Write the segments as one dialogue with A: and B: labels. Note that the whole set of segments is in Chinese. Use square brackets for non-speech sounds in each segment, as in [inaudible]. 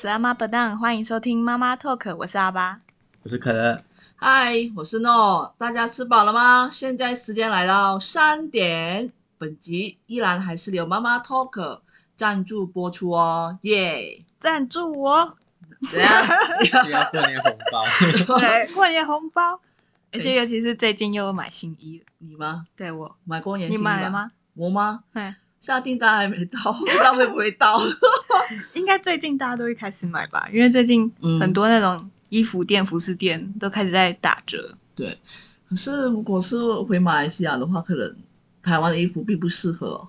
A: 死阿妈不当，欢迎收听妈妈 talk，我是阿巴。
B: 我是
A: [laughs]
B: 可乐，
C: 嗨，我是诺，大家吃饱了吗？现在时间来到三点，本集依然还是由妈妈 Talk 赞助播出哦，耶、
A: 赞助 [laughs] 我，
C: 怎样？
A: [laughs]
B: 需要过年红包。
A: 对，过年红包，而
C: 对
A: 且尤其是最近又有买新衣了，
C: 你吗？
A: 对我，
C: 买过年
A: 你
C: 新衣
A: 买了
C: 吧？
A: 吗？
C: 我吗？
A: 对，
C: 现在订单还没到， [laughs] 不知道会不会
A: [laughs]
C: 到。
A: 应该最近大家都会开始买吧，因为最近
C: 嗯
A: 很多那种衣服店、服饰店都开始在打折。
C: 可是如果是回马来西亚的话，可能台湾的衣服并不适合、哦。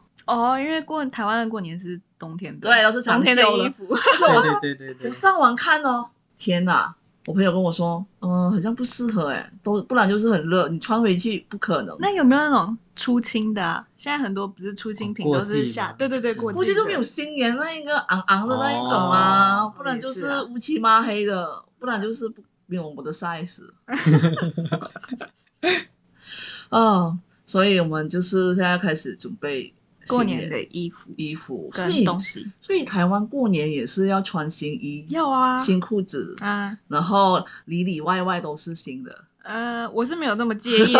A: 哦，因为过台湾的过年是冬天的，
C: 对，，都是
A: 冬
C: 长
A: 天的
C: 袖
A: 衣
C: 的。
A: 服。
C: 而且我上
B: 对
A: 嗯
B: 对对对
C: 我，
A: 啊
C: 上网看哦，天哪！我朋友跟我说，嗯、好像不适合哎，都不然就是很热，你穿回去不可能。
A: 那有没有那种出清的、啊？现在很多不是出清品
B: 过
A: 都是
B: 季
A: 夏，
B: 吗
A: 对对对，
B: 嗯
A: 过
C: 估
A: 季
C: 计
A: 的
C: 都没有新年那一个昂昂的那一种啊，
A: 哦
C: 不然就
A: 也是
C: 是
A: 啊
C: 乌漆嘛黑的，不然就是不没有我的 size。嗯，所以我们就是现在开始准备
A: 过
C: 新
A: 年的衣服
C: 衣服，所
A: 跟
C: 以
A: 东西。
C: 所以台湾过年也是要穿新衣、
A: 要啊，
C: 新裤子，
A: 啊，
C: 然后里里外外都是新的。
A: 呃，我是没有那么介意，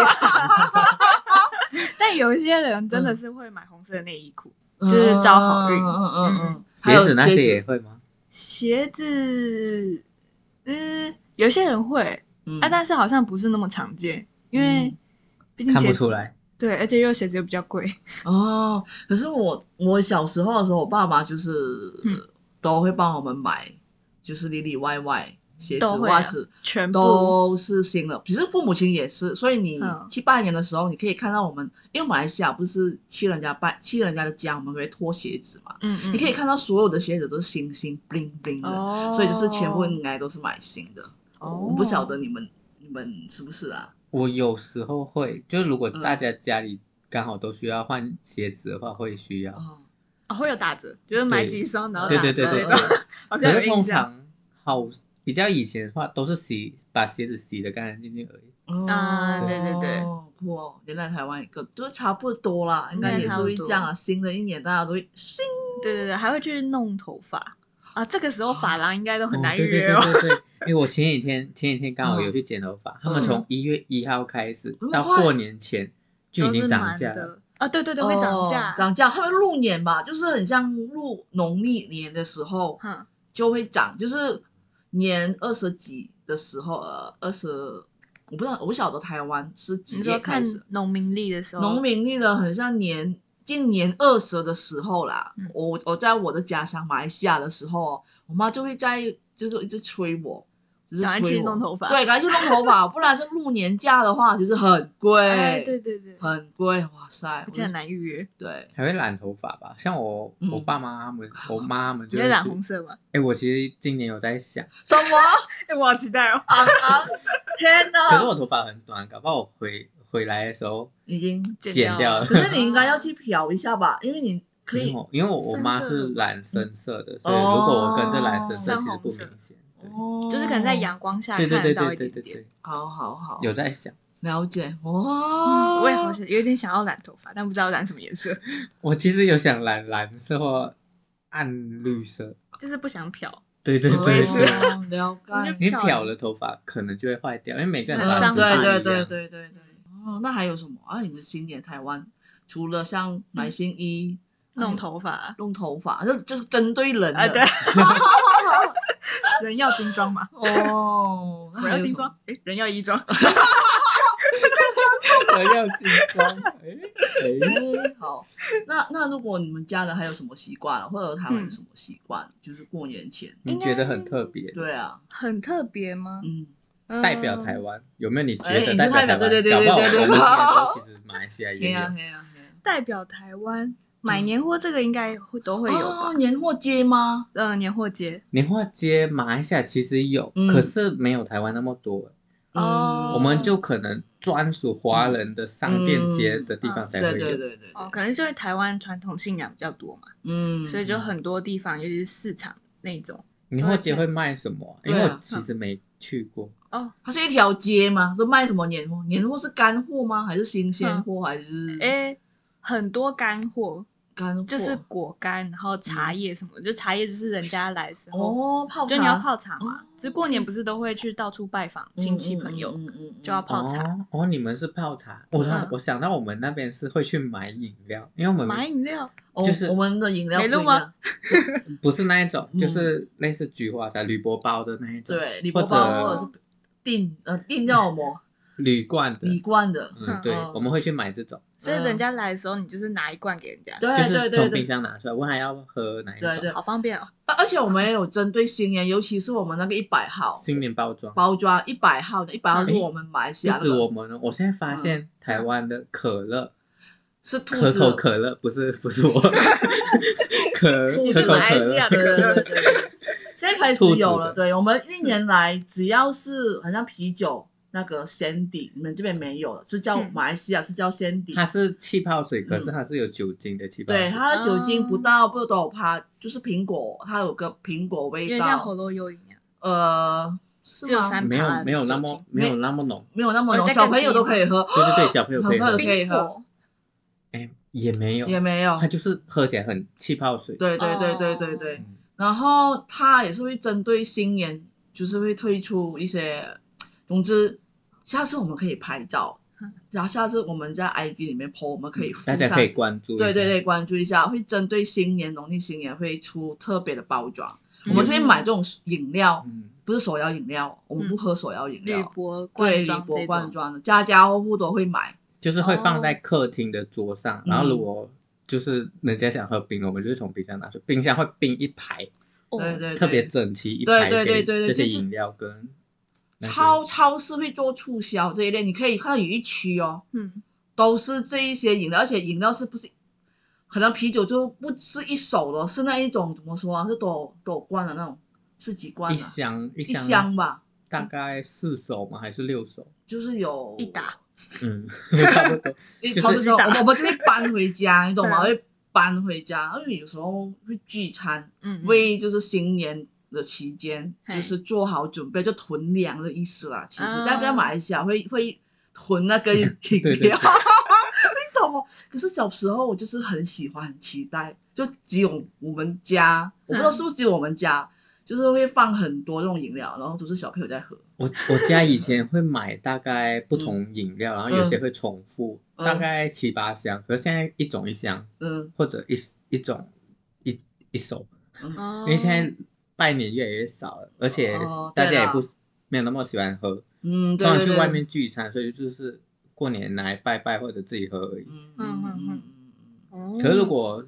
B: [laughs]
A: [laughs] 但有一些人真的
B: 嗯
A: 是会买红色的内衣裤，就是招好运
C: 嗯嗯嗯嗯，还
B: 鞋
C: 有
B: 子那些也
C: 鞋子，
B: 会吗？
A: 鞋子，嗯，有些人会
C: 嗯
A: 啊，但是好像不是那么常见，因为
C: 嗯
A: 毕竟
B: 看
A: 鞋
B: 不
A: 子
B: 出来，
A: 对，而且又鞋子又比较贵，
C: 哦，可是我我小时候的时候，我爸妈就是、
A: 嗯
C: 都会帮我们买，就是里里外外鞋子、
A: 都会啊
C: 袜子
A: 全部
C: 都是新的。其实父母亲也是，所以你
A: 嗯
C: 去拜年的时候，你可以看到我们，因为马来西亚不是去人家拜去人家的家，我们会脱鞋子嘛，
A: 嗯嗯，
C: 你可以看到所有的鞋子都是新新 bling bling 的，
A: 哦，
C: 所以就是全部应该都是买新的。
A: 哦，
C: 我不晓得你们你们是不是啊？
B: 我有时候会，就是如
A: 嗯
B: 果大家家里刚好都需要换鞋子的话，会需要。
C: 哦，
A: 哦会有打折，就是买
B: 对
A: 几双然后
B: 对
A: 打
B: 对
A: 折
B: 对对
A: 那
B: 对
A: 种，
B: 对。
A: 好像
B: 可
A: 有
B: 是通
A: 印象，
B: 常好比较以前的话，都是洗把鞋子洗的干干净净而已。
A: 啊对对对
C: 哦，酷哦，原来台湾一个就是差不多啦，应该
B: 嗯
C: 也是会这样啊。新的一年大家都会新，
A: 对对对，还会去弄头发啊，这个时候发廊应该都很难预
B: 对对
A: 约
B: 对
A: 哦。
B: 对对，因为我前几天 [laughs] 前几天刚好有去剪头发，他们
A: 嗯
B: 从
A: 哦
B: 一月一号开始
C: 那么
B: 到
C: 快
B: 过年前就已经涨价
A: 都是
B: 了。
A: 蛮的啊！对对对，会涨价，
C: 哦涨价，他们入年吧，就是很像入农历年的时候
A: 哼，
C: 就会涨，就是年二十几的时候，呃，二十，我不知道，我不晓得台湾是几
A: 你
C: 月
A: 说
C: 开
A: 看
C: 始，
A: 农民历的时候，
C: 农民历的很像年近年二十的时候啦，
A: 嗯
C: 我我在我的家乡马来西亚的时候，哦我妈就会在就是一直催我，就是
A: 赶快
C: 催
A: 去
C: 我
A: 弄头发
C: 对，赶快去弄头
A: [laughs]
C: 发，不然就入年假的话就是很贵，
A: 哎，对对对，
C: 很贵，哇塞，
A: 而
C: 我
A: 且
C: 就
A: 很难预约。
C: 对，
B: 还会染头发吧，像我、
C: 嗯
B: 我爸妈他们，我妈他们
A: 你
B: 就
A: 会
B: 是
A: 染红色吗？
B: 哎、我其实今年有在想，
C: 什
A: [laughs]
C: 么？
A: 哎，我好期待
B: 啊
A: 哦！
C: 昂昂，天
B: 可是
C: 哪，
B: 我头发很短，搞不好我回回来的时候
C: 已经，
B: 剪掉了。
C: 可是你应该要去漂一下吧，因为你可
B: 因
C: 以
B: 为。我因为我我妈
A: 深色的
B: 是
A: 吗
B: 染深色的，所以如果我跟着染深色，
A: 哦
B: 其实不明显。对
C: 哦
A: [laughs] 就是可能在，阳光下
B: 对
A: 看
B: 对对
A: 得到
B: 对
A: 一
B: 对
A: 点
B: 对
A: 点。哦
B: 对，
C: 好好好，
B: 有在想。
C: 了解哇、
A: 嗯我也 [laughs] 好想，有点想要染头发，但不知道染什么颜色， [laughs]
B: 我其实有想染蓝色或暗绿色。
A: 就是不想漂。
B: 对对
C: 哦
A: 我也
B: 对
A: 是
B: 对，
C: 了解。
B: 你漂了头发可能就会坏掉，因为每个人
A: 很
B: 染
A: 伤
B: 色不
A: 发
B: 一
C: 对对
B: 样。
C: 对对对对。哦，那还有什么啊？你们新年台湾除了像买新衣、
A: 弄、头发，
C: 弄头发，就就是针对人的。
A: 啊
B: [laughs]
A: 对，人要精装嘛， [laughs]
C: 哦，那
A: 我
C: 还
A: 要
C: 有
A: 精
C: 什
A: 装
C: 么？，
A: 哎，人要衣装。
B: 我要精装。哎哎，
C: 哎，好，那那如果你们家人还有什么习惯，或者台
A: 嗯
C: 湾有什么习惯，就是过年前，
B: 你觉得很特别？
C: 对啊，
A: 很特别吗？
C: 嗯，
B: 代表台湾有没有？你觉
C: 哎
B: 得
C: 你
B: 代
C: 是
B: 表
C: 代
B: 台湾？
C: 表对对对
B: 搞不好
C: 对对
B: 我们
C: 对啊
B: 那时候其实马来西亚也
C: 黑
B: 有
C: 呀。黑呀黑呀，
A: 代表台湾
B: 嗯
A: 买年货这个应该会都会有吧
C: 哦，？年货街吗？
A: 呃，年货节
B: 年货街马来西亚其实有，
C: 嗯
B: 可是没有台湾那么多。
A: 哦
B: 嗯我们就可能专属华人的商店街的地方才
C: 对
B: 会有。
C: 嗯对对对对，
A: 哦，可能是因为台湾传统信仰比较多嘛，
C: 嗯，
A: 所以就很多地方，尤其是市场那种
B: 年货街会卖什么啊？因为我
C: 对啊
B: 其实没去过，
A: 哦，
C: 它是一条街吗？都卖什么年
A: 嗯
C: 嗯
A: 哎
C: 货？年货是干货吗？还是新鲜货？还是
A: 诶，很多干货，
C: 干货
A: 就是果干，然
C: 嗯
A: 后茶叶什么，就茶叶就是人家来的时候，
C: 哦泡茶，
A: 就你要泡茶嘛
C: 哦。
A: 就是过年不是都会去到处拜访
C: 嗯
A: 亲戚朋友，
C: 嗯嗯嗯嗯
A: 就要泡茶
B: 哦哦，你们是泡茶，我、
A: 嗯
B: 我想到我们那边是会去买饮料，因为我们
A: 买饮料，
C: 哦
B: 就是
C: 我们的饮料
A: 没
C: 不
A: 录
C: 一
A: 吗
C: 样，
B: 不是那一种，
C: 嗯
B: 就是类似菊花茶、铝箔包的那一种，
C: 对，铝
B: 或
C: 箔包
B: 者
C: 或者是定呃定叫什
B: [laughs]
C: 么
B: 铝罐的，
C: 铝罐的，
B: 嗯，对
C: 嗯，
B: 我们会去买这种，
A: 所以人家来的时候，你就是拿一罐给人家，
C: 对
B: 就
C: 哎对
B: 是
C: 对
B: 从冰
C: 对。
B: 箱拿出来，问还要喝哪一
C: 对对
B: 种，
A: 好方便哦。
C: 而而且我们也有针对新年，尤其是我们那个一百号
B: 新年包装。
C: 包装，一百号的一百号
A: 嗯
C: 是我们马来西
B: 不
C: 亚
B: 止
C: 的，
B: 我们哦，我现在发现台湾的可乐，
C: 是嗯兔
B: 可
C: 子
B: 口可乐不是不是我，可
C: 兔
B: 可
C: 子
B: 口
C: 马
B: 可
A: 来西
B: 乐
A: 亚
C: 对
A: 的
C: 对对对对，对现在开始
B: 兔子
C: 有
B: 的
C: 了。对我们一年来，只要是好像啤酒那个鲜底，你们这边没有了，是叫
A: 嗯
C: 马来西亚是叫鲜底，
B: 它是气泡水，可是
C: 嗯
B: 它是有酒精的气泡
C: 对
B: 水。
C: 它的酒精不
A: 哦
C: 到不多少趴，就是苹果，它有个苹果
A: 有
C: 味
A: 点像火
C: 道，
A: 罗柚一样，
C: 呃，是
A: 只有
C: 吗？
A: 三
B: 没有没有那么没有那么浓，
C: 没有那么
A: 呃
C: 浓，
A: 再
C: 小
A: 更
C: 朋友
A: 低
C: 都
A: 吗
C: 可以喝，
B: 对对对，小朋友可以
C: 小
B: 喝
C: 朋，友可以喝，
B: 哎，也没有，
C: 也没有
B: 它。就是喝起来很气泡水。
C: 对对对对对对，
B: 嗯，
C: 然后它也是会针对新年，就是会推出一些，总之下次我们可以拍照
A: 嗯，
C: 然后下次我们在 IG 里面 po，我们可以附
B: 嗯大
C: 上，
B: 家可以关注。
C: 对对，对，关注一下，会针对新年农历新年会出特别的包装，我
A: 嗯
C: 们就会买这种饮料，
B: 嗯，
C: 不是手摇饮料，我们不喝手摇饮
A: 铝
C: 料，
A: 箔嗯罐
C: 对，铝
A: 装
C: 箔
A: 这
C: 罐
A: 种，
C: 装的，家家户户都会买，
B: 就是会放
C: 哦
B: 在客厅的桌上，然
C: 嗯
B: 后如果就是人家想喝冰，我们就会从冰箱拿出，冰箱会冰一排，
A: 哦
C: 对对对，
B: 特别整齐一排
C: 对对对
B: 给
C: 对对
B: 这些
C: 就是
B: 饮料跟那些
C: 超超市会做促销这一类，你可以看到有一区哦，
A: 嗯，
C: 都是这一些饮料，而且饮料是不是可能啤酒就不是一手的，是那一种怎么说啊？是多多罐的那种，是几罐
B: 一
C: 的？
B: 箱一
C: 啊一
B: 箱啊
C: 箱吧，
B: 大概四手吗？还是六手？
C: 就是有
A: 一打，
B: 嗯，差不多。
C: 一
B: 就是
C: 投资之后，
A: 一打嗯
C: 我们我们就会搬回家，你
A: [laughs]
C: 懂吗？
A: 对
C: 会搬回家，因为有时候会聚餐，
A: 嗯，嗯
C: 为就是新年的期间，
A: 嘿
C: 就是做好准备，就囤粮的意思啦。其实，
A: 啊
C: 在在马来西亚会会囤那个饮料，
B: [laughs] 对对
C: [laughs] 为什么？可是小时候我就是很喜欢，很期待，就只有我们家，我不知道是不是只有我们家，就是会放很多这种饮料，然后都是小朋友在喝。
B: 我我家以前会买大概不同饮料，然后有些会重复，
C: 嗯
B: 大概七八箱。可是现在一种一箱，
C: 嗯
B: 或者一一种一一手，
C: 嗯，
A: 哦
B: 因为现在拜年越来越少了，而且
C: 哦
B: 大家
C: 对
B: 也
C: 啦
B: 不没有那么喜欢喝，
C: 嗯，
B: 通
C: 对
B: 常
C: 对
B: 去
C: 对，
B: 外面聚餐，所以就是过年拿来拜拜或者自己喝而已。
C: 嗯，嗯嗯嗯嗯，
A: 哦
B: 可是如果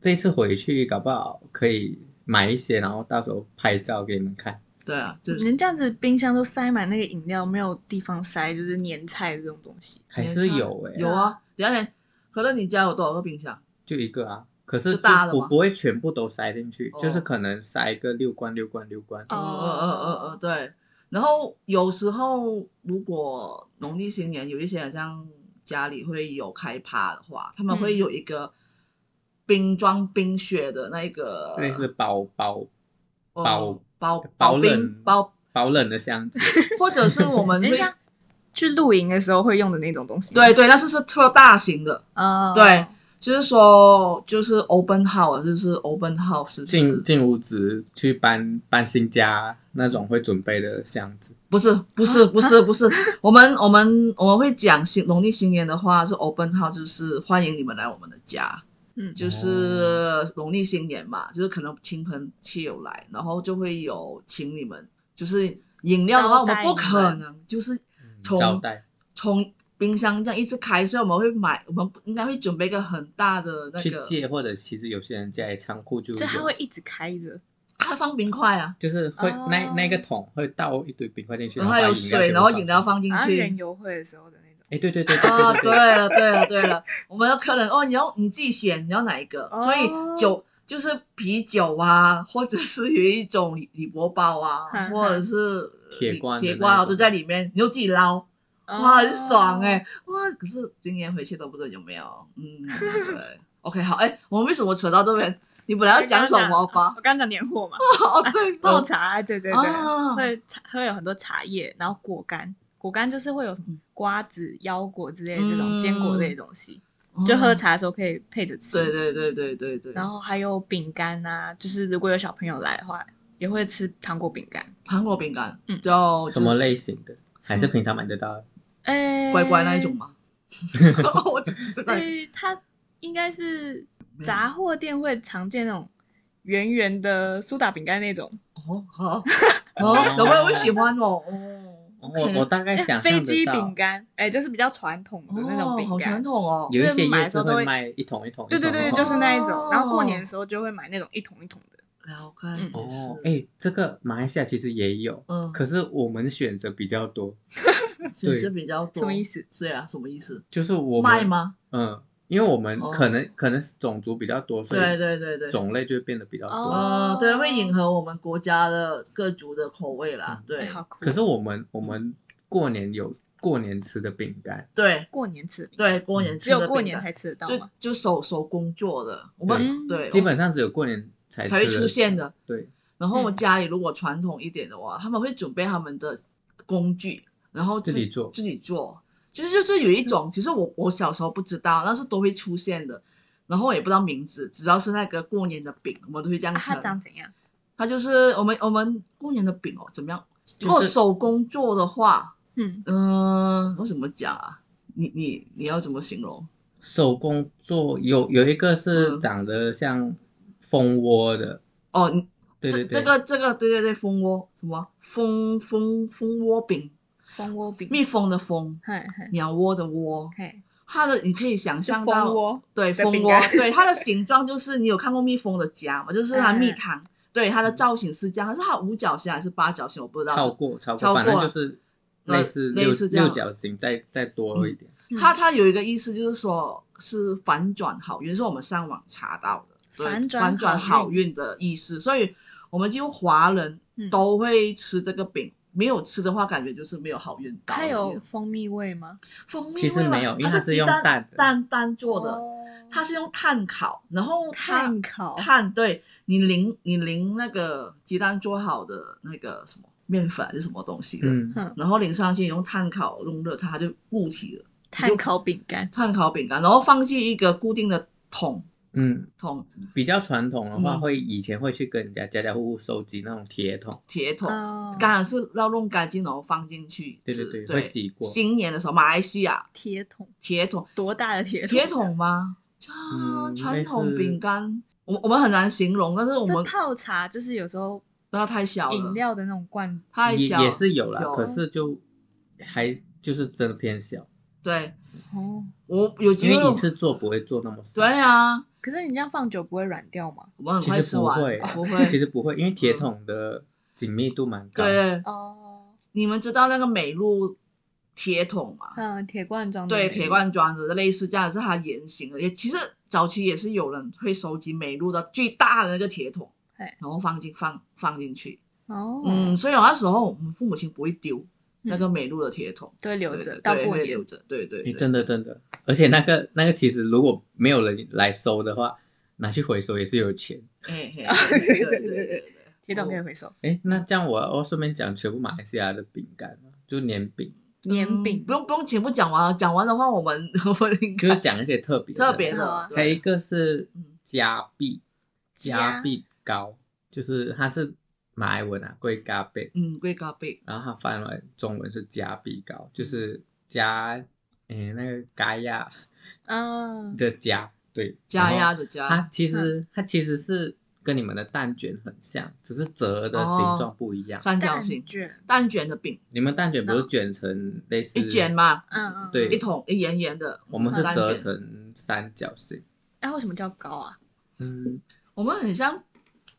B: 这一次回去，搞不好可以买一些，然后到时候拍照给你们看。
C: 对啊，就是
A: 人这样子冰箱都塞满那个饮料，没有地方塞，就是年菜这种东西。
B: 还是有哎、
C: 有啊，等一下先，可乐，你家有多少个冰箱？
B: 就一个啊。可是
C: 就大了吗
B: 我不会全部都塞进去，
C: 哦
B: 就是可能塞个六罐、六罐、六罐。
A: 哦
C: 呃呃呃呃，对。然后有时候如果农历新年有一些好像家里会有开趴的话，他们
A: 嗯
C: 会有一个冰装冰雪的那一个
B: 类似保保
C: 呃
B: 保
C: 保
B: 保
C: 冰
B: 冷
C: 保，
B: 保冷的箱子，
C: [laughs] 或者是我们
A: 等一
C: 会
A: 下，去露营的时候会用的那种东西。
C: 对，对，但是是特大型的，
A: 啊，
C: 对，就是说就是 open house，就是 open house，就是
B: 进进屋子去搬搬新家那种会准备的箱子。
C: 不是不是
A: 啊
C: 不是不是，我们我们我们会讲新农历新年的话是 open house，就是欢迎你们来我们的家，
A: 嗯
B: 哦
C: 就是农历新年嘛，就是可能亲朋戚友来，然后就会有请你们，就是饮料的话，我
A: 招
C: 们
A: 待
C: 不
A: 你们
C: 可能就是从
B: 嗯招待
C: 从冰箱这样一直开，所以我们会买，我们应该会准备一个很大的那
B: 去
C: 个，
B: 借，或者其实有些人家里仓库就
A: 所以它
B: 有
A: 会，一直开着。
C: 它放冰块啊，
B: 就是会
A: 哦
B: 那那个桶会倒一堆冰块进去，
C: 然后
B: 把
C: 还有
B: 饮料
C: 水，
B: 全部
C: 然后饮料
B: 放进去。
C: 放进
A: 然后人
C: 去，
A: 啊游会的时候的那种。
B: 哎，对对对对
C: 啊，
B: 对
C: 对了，对了，对了，我们的客人哦，你要你自己选，你要哪一个？所以
A: 哦
C: 酒就是啤酒啊， [laughs] 或者是有一种铝铝箔包啊，
A: 嗯
C: 或者是
B: 铁
C: 铝
B: 罐的
C: 铁
B: 那
C: 罐啊，
B: 种
C: 都在里面，你就自己捞，
A: 哦
C: 哇，很爽哎、哇！可是今年回去都不知道有没有，嗯，对 [laughs] ，OK，好，哎，我们为什么扯到这边？你本来要讲什么吧？
A: 我刚讲年货嘛，
C: [laughs] 哦，对，
A: 爆茶，哎对 [laughs] 对对，
C: 啊，
A: 会茶会有很多茶叶，然后果干，果干就是会有什么瓜子、腰果之类的这种
C: 嗯
A: 坚果类的东西。就喝
C: 嗯。
A: 茶的时候可以配着吃。
C: 对对对对对对。
A: 然后还有饼干啊，就是如果有小朋友来的话，也会吃糖果饼干，
C: 糖果饼干，哦
A: 嗯
C: 叫
B: 什么类型的？还是平常买得到的？
A: 哎、
C: 乖乖那一种？
A: [laughs]
C: 吗？我只知道
A: 对，它应该是杂货店会常见那种圆圆的苏打饼干那种，
C: 哦，好，哦，小朋友会喜欢哦，哦，
B: 我我大概想象
A: 飞
B: 得
A: 机
B: 到，
A: 饼干，哎、就是比较传统的那种
C: 哦，
A: 饼
C: 好
A: 干。
C: 传统哦，
B: 有一
A: 就是
B: 些
A: 买
B: 夜
A: 的时
B: 市
A: 候都会
B: 会卖一桶一桶，
A: 对对
B: 一
A: 对，
B: 桶
A: 就
B: 一桶
A: 是那一种。
C: 哦
A: 然后过年的时候就会买那种一桶一桶的。
C: 了解解释
B: 哦，，哎，这个马来西亚其实也有，
C: 嗯，
B: 可是我们选择比较多，
C: 选择比较多，
A: 什么意思？
C: 是啊，什么意思？
B: 就是我
C: 卖
B: 们
C: 吗？
B: 嗯，因为我们
C: 哦
B: 可能可能是种族比较多，所
C: 对
B: 以
C: 对对对，
B: 种类就会变得比较多。
C: 呃，对，会迎
A: 合。
C: 合我们国家的各族的口味啦，
B: 嗯
A: 哎
C: 对
A: 好酷哦。
B: 可是我们我们过年有过年吃的饼干，
C: 对
A: 过年吃的饼干，
C: 对，过年
A: 只
C: 吃的
A: 有过
C: 饼
A: 年
C: 干
A: 才吃得到
C: 就
A: 嘛。
C: 就手手工做的，我们
A: 对
C: 对
B: 基本上只有过年才
C: 才会
B: 吃的
C: 出现的。
B: 对，
C: 然后我
A: 嗯
C: 家里如果传统一点的话，他们会准备他们的工具，然后
B: 自己做
C: 自己做，就是就是有一种，其实我我小时候不知道，但是都会出现的，然后我也不知道名字，只要是那个过年的饼，我们都会这样
A: 啊，
C: 称。
A: 它长怎样？
C: 它就是我们我们过年的饼哦，怎么样？如果
B: 就是
C: 手工做的话，
A: 嗯，
C: 嗯、我怎么讲啊？你你你要怎么形容？
B: 手工做有有一个是
C: 嗯
B: 长得像蜂窝的，
C: 哦，你
B: 对对对，
C: 这这个这个对对对，蜂窝什么蜂蜂蜂窝饼，
A: 蜂窝饼。
C: 蜜蜂的蜂，
A: 嘿嘿
C: 鸟窝的窝，
A: 嘿，
C: 它的你可以想
A: 是
C: 象
A: 蜂
C: 到，
A: 窝。
C: 对
A: 的
C: 蜂
A: 饼
C: 窝
A: 干，
C: 对它的形状就是你有看过蜜蜂的家吗？就是它蜜
A: 嗯
C: 糖，对它的造型是这样，但是它五角形还是八角形我不知道。
B: 超过超
C: 超
B: 过，反正
C: 过
B: 就是
C: 呃
B: 类似
C: 类
B: 六
C: 似这样
B: 六角形，再再多一点。
A: 嗯
C: 它它有一个意思就是说，是反转好运，是我们上网查到的，对
A: 反转
C: 反转
A: 好
C: 好运的意思，所以我们就华人
A: 嗯
C: 都会吃这个饼。没有吃的话，感觉就是没有好运到。
A: 它有蜂蜜味吗？
C: 蜂蜜
B: 其实
C: 味吗
B: 没有因为
C: 它
B: 它是
C: 鸡
B: 用
C: 蛋
B: 蛋的
C: 蛋蛋做的，
A: 哦
C: 它是用炭烤，然后它
A: 碳烤。
C: 碳，对你淋你淋那个鸡蛋做好的那个什么面粉还是什么东西的，
B: 嗯，
C: 然后淋上去，用炭烤用热它，它就固体了。
A: 碳烤饼干，
C: 炭烤饼干，然后放进一个固定的桶
B: 嗯，
C: 桶
B: 比较传统的话，
C: 嗯
B: 会以前会去跟人家家家户户收集那种铁桶，
C: 铁桶，
A: 哦，
C: 当然是要弄干净，然后放进去
B: 对
C: 吃。
B: 对对，会洗过。
C: 新年的时候，马来西亚
A: 铁桶，
C: 铁桶，
A: 多大的铁
C: 铁桶吗？啊，
B: 嗯
C: 传
B: 类
C: 统
B: 似
C: 饼干，我我们很难形容，但是我
A: 这
C: 们
A: 泡茶就是有时候
C: 那太小了
A: 饮，料的那种罐，
C: 太
B: 也
C: 小
B: 也是有啦，
C: 有
B: 可是就还就是真的偏小，
C: 对。
A: 哦，
C: 我有机
B: 因
C: 会
B: 为一次做不会做那么少
C: 对。啊，
A: 可是你这样放久不会软掉吗？
C: 我们
B: [laughs]
C: 很
B: 其
C: 快
B: 实
C: 吃
B: 不
C: 完，
B: 会 [laughs]
C: 不会。嗯
B: 其实不会，因为铁桶的紧密度蛮高。
C: 对，
A: 哦，
C: 你们知道那个美露铁桶吗？
A: 嗯，铁罐装的那
C: 对，
A: 种，
C: 铁罐装的类似这样，是它原型的。也其实早期也是有人会收集美露的最大的那个铁桶，
A: 嘿
C: 然后放进放放进去。
A: 哦，
C: 嗯，所以那时候我们父母亲不会丢那个美露的铁桶，
A: 都会留
C: 对
A: 着到
C: 对，
A: 过
C: 会留
A: 年，
C: 着，对对
B: 诶，
C: 对。
B: 真的真的，而且那个那个其实如果没有人来收的话，拿去回收也是有钱。
C: 嘿
A: [laughs]
C: 嘿
A: 对
C: 对对
A: 对
C: 对
A: 对
C: 对。
A: 铁桶可以
C: 哦
A: 回收。
B: 哎，那这样我要顺便讲全部马来西亚的饼干嘛，就年饼，
A: [laughs] 年饼
C: 嗯不用不用全部讲完啊，讲完的话我们 [laughs] 我们应
B: 就是
C: 该
B: 讲一些特别
C: 特别
A: 好啊
C: 的，对
B: 还有一个是
C: 嗯
B: 加币，
A: 加
B: 加币糕，就是它是马来文啊，龟加贝，
C: 嗯，龟咖贝，
B: 然后它翻完中文是加币糕，就是加，诶那个嘎呀
A: 嗯，
B: 的加，对，
C: 加嗯
B: 然后
C: 压的加，
B: 它其实它其实是跟你们的蛋卷很像，只是折
C: 哦
B: 的形状不一样。
C: 三角
A: 蛋
C: 形
A: 卷，
C: 蛋卷的饼，
B: 你们蛋卷不是卷成类似
C: 一卷？嘛，
A: 嗯嗯，
B: 对
C: 一桶一圆圆的，
B: 我们是
C: 蛋
B: 折
C: 卷，
B: 成三角形。
A: 那为什么叫糕啊？
B: 嗯，
C: 我们很像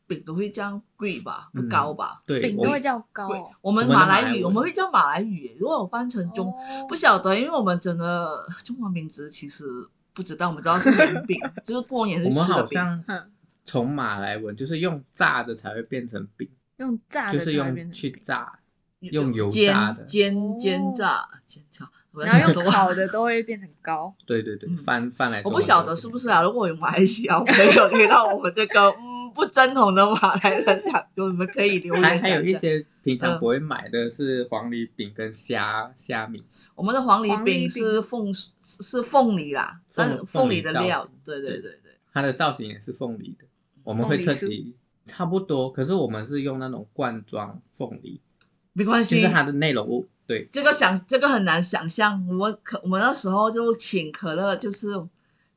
C: 饼都会这样贵吧，不
B: 嗯
C: 高吧，
B: 对，
A: 饼
B: 我
A: 都会叫糕
C: 贵
A: 哦。
C: 我们
B: 我们的
C: 马
B: 马
C: 来
B: 来文
C: 语我们会叫马来语，如果我翻成中
A: 哦
C: 不晓得，因为我们整个中文名字其实不知道，我们知道是年饼，就是过年
B: 我
C: 是
B: 们
C: 吃的
B: 好
C: 饼，
B: 像
A: 嗯
B: 从马来文就是用炸的才会变成饼，
A: 用炸
B: 就
A: 的
B: 是
A: 才会
B: 用
A: 变成
B: 去
A: 饼
B: 炸，用油炸的
C: 煎煎煎
A: 哦
C: 炸煎炸，我
A: 然后
C: 要
A: [laughs] 用
B: [laughs]
C: 说
A: 烤的都会变很高。
B: 对对对，
C: 嗯
B: 翻翻来，
C: 我不晓得是不是啊。如果有马来西亚朋友听到我们这个嗯不正统的马来人讲，就你们可以留言
B: 还还
C: 讲
B: 有一
C: 下
B: 些平常
C: 嗯
B: 不会买的是黄梨饼跟虾虾米，
C: 我们的黄梨
A: 黄梨
C: 饼
A: 饼
C: 是凤是是凤梨啦，但是
B: 凤
C: 凤梨的
B: 凤梨
C: 料
B: 造型，
C: 对对
B: 对
C: 对对。
B: 它的造型也是凤梨的，我们
A: 凤
B: 会
A: 梨
B: 特
A: 酥
B: 级差不多，可是我们是用那种罐装凤梨，
C: 没关
B: 其
C: 系
B: 实，它的内容物对
C: 这个想这个很难想象。我可我们那时候就请可乐，就是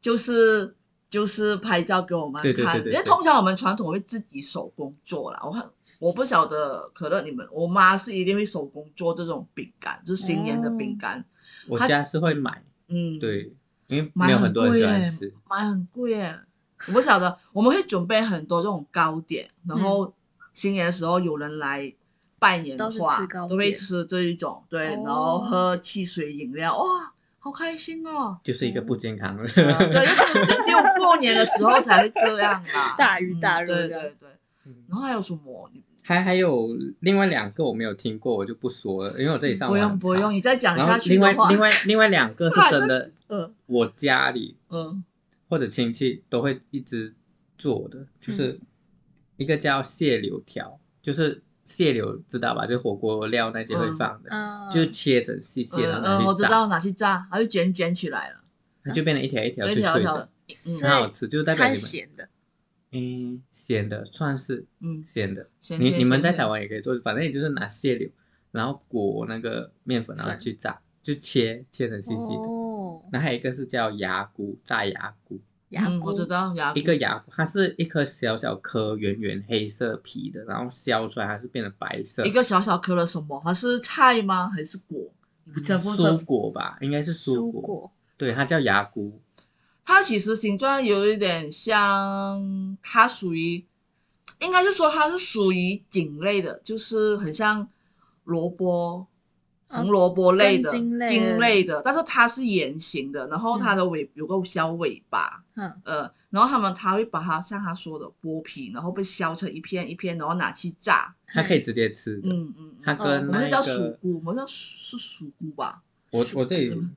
C: 就是就是拍照给我们看，
B: 对对对对
C: 因
B: 对
C: 为通常我们传统会自己手工做啦。我很我不晓得可乐你们，我妈是一定会手工做这种饼干，就是新年的饼干。
B: 我
C: 它
B: 家是会买，
C: 嗯，，
B: 对，因为
C: 买
B: 没有
C: 很
B: 很多人
C: 贵
B: 喜欢
C: 耶
B: 吃，。
C: 买很贵耶。我不晓得， [laughs] 我们会准备很多这种糕点，然后新年的时候有人来拜年的
A: 嗯都是
C: 话
A: 吃，糕
C: 都会
A: 点哦
C: 吃这一种，对，然后喝汽水饮料，哇，好开心哦 [laughs]
B: 就是一个不健康的。
C: 对，就就只有过年的时候才会这样啦，
A: 大鱼大肉
C: 嗯对
A: 这样
C: 对对。然后还有什么？你
B: [laughs] 还还有另外两个我没有听过，我就不说了，因为我这里上
C: 不
B: 网
C: 用嗯不
B: 查
C: 用，你再讲
B: 然
C: 下
B: 后
C: 去
B: 另外
C: 的话，
B: 另外另外两
C: [laughs]
B: 个
C: 这还
B: 是真的，
C: 嗯
B: 我家里
C: 嗯
B: 或者亲戚都会一直做的，就是
C: 嗯
B: 一个叫蟹柳条，就是蟹柳知道吧？就火锅料那些会放的，
A: 嗯，
B: 就是切成细细，然
C: 嗯
B: 后拿
C: 嗯，我
B: 去
C: 知
B: 炸，
C: 道拿去炸，它就卷卷起来了，
B: 它就变成一条一条
C: 一
B: 脆
C: 条
B: 脆
C: 一条，
B: 的，
C: 嗯
B: 很好吃，就代表
A: 掺
B: 你们
A: 咸的，
B: 嗯咸的算是
C: 嗯，
B: 咸的，
C: 咸
B: 你
C: 甜
B: 你们
C: 咸
B: 在
C: 甜
B: 台湾也可以做，反正也就是拿蟹柳，然后裹那个面粉，然后
A: 粉
B: 去炸，就切切成细细的。
A: 哦，
B: 然后还有一个是叫牙菇，炸牙菇，
A: 牙
C: 嗯，
A: 菇
C: 我知道牙
B: 一
C: 菇
B: 个牙菇，它是一颗小小颗圆圆黑色皮的，然后削出来它是变成白色，
C: 一个小小颗的什么？它是菜吗？还是果？你不知道不知道
B: 蔬果吧，应该是蔬
A: 蔬
B: 果，
A: 果，
B: 对，它叫牙菇，
C: 它其实形状有一点像，它属于，应该是说它是属于茎类的，就是很像萝卜、
A: 嗯
C: 红萝卜类的、
A: 根茎类
C: 茎类的，但是它是圆形的，然后它的尾、有个小尾巴，
A: 嗯，
C: 呃，然后他们他会把它像他说的剥皮，然后被削成一片一片，然后拿去炸，
B: 它可以直接吃的。
C: 嗯嗯
B: 它
C: 嗯，
A: 哦
B: 跟
C: 我
B: 那
C: 们
B: 一
C: 叫薯
B: 个，
C: 菇，我们叫是薯菇吧？
B: 我我这里
C: 嗯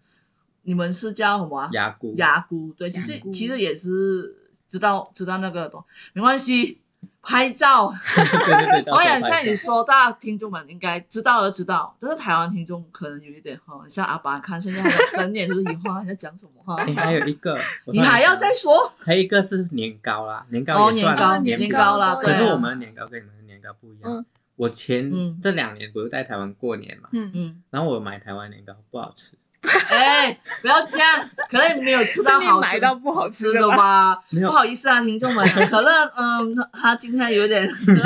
C: 你们是叫什么啊、
B: 牙菇，
C: 牙菇，对，其实
A: 牙菇
C: 其实也是知道知道那个东，没关系，拍照。
B: [laughs] 对对对，到
C: [laughs] 我
B: 时候
C: 想
B: 拍
C: 哦像你
B: 一下
C: 说，大家听众们应该知道的知道，但是台湾听众可能有一点哈，像阿爸看现在的整脸就是一花，你在讲什
B: [laughs]
C: 么哈？
B: 你还有一个，我
C: 你
B: 突然
C: 还要
B: 想到
C: 再说？
B: 还有一个是年糕啦，年糕
C: 哦，
B: 也
C: 年
B: 算
C: 糕，
B: 啦
A: 年
C: 年
B: 饼
C: 糕啦，
A: 糕
C: 对
B: 可
C: 啊
B: 是我们的年糕跟你们的年糕不一样。
A: 嗯
B: 我前、
C: 嗯
B: 这两年不是在台湾过年嘛，
A: 嗯，
C: 嗯，
B: 然后我买台湾年糕不好吃，
C: 哎，不要这样，可能你没有吃到
A: 顺便
C: 好吃
A: 买到不好吃
C: 吃
A: 的
C: 的
A: 吧
C: 吧？
B: 没有
C: [laughs] 不好意思啊，听众们，可乐，嗯，他他今天有点， [laughs]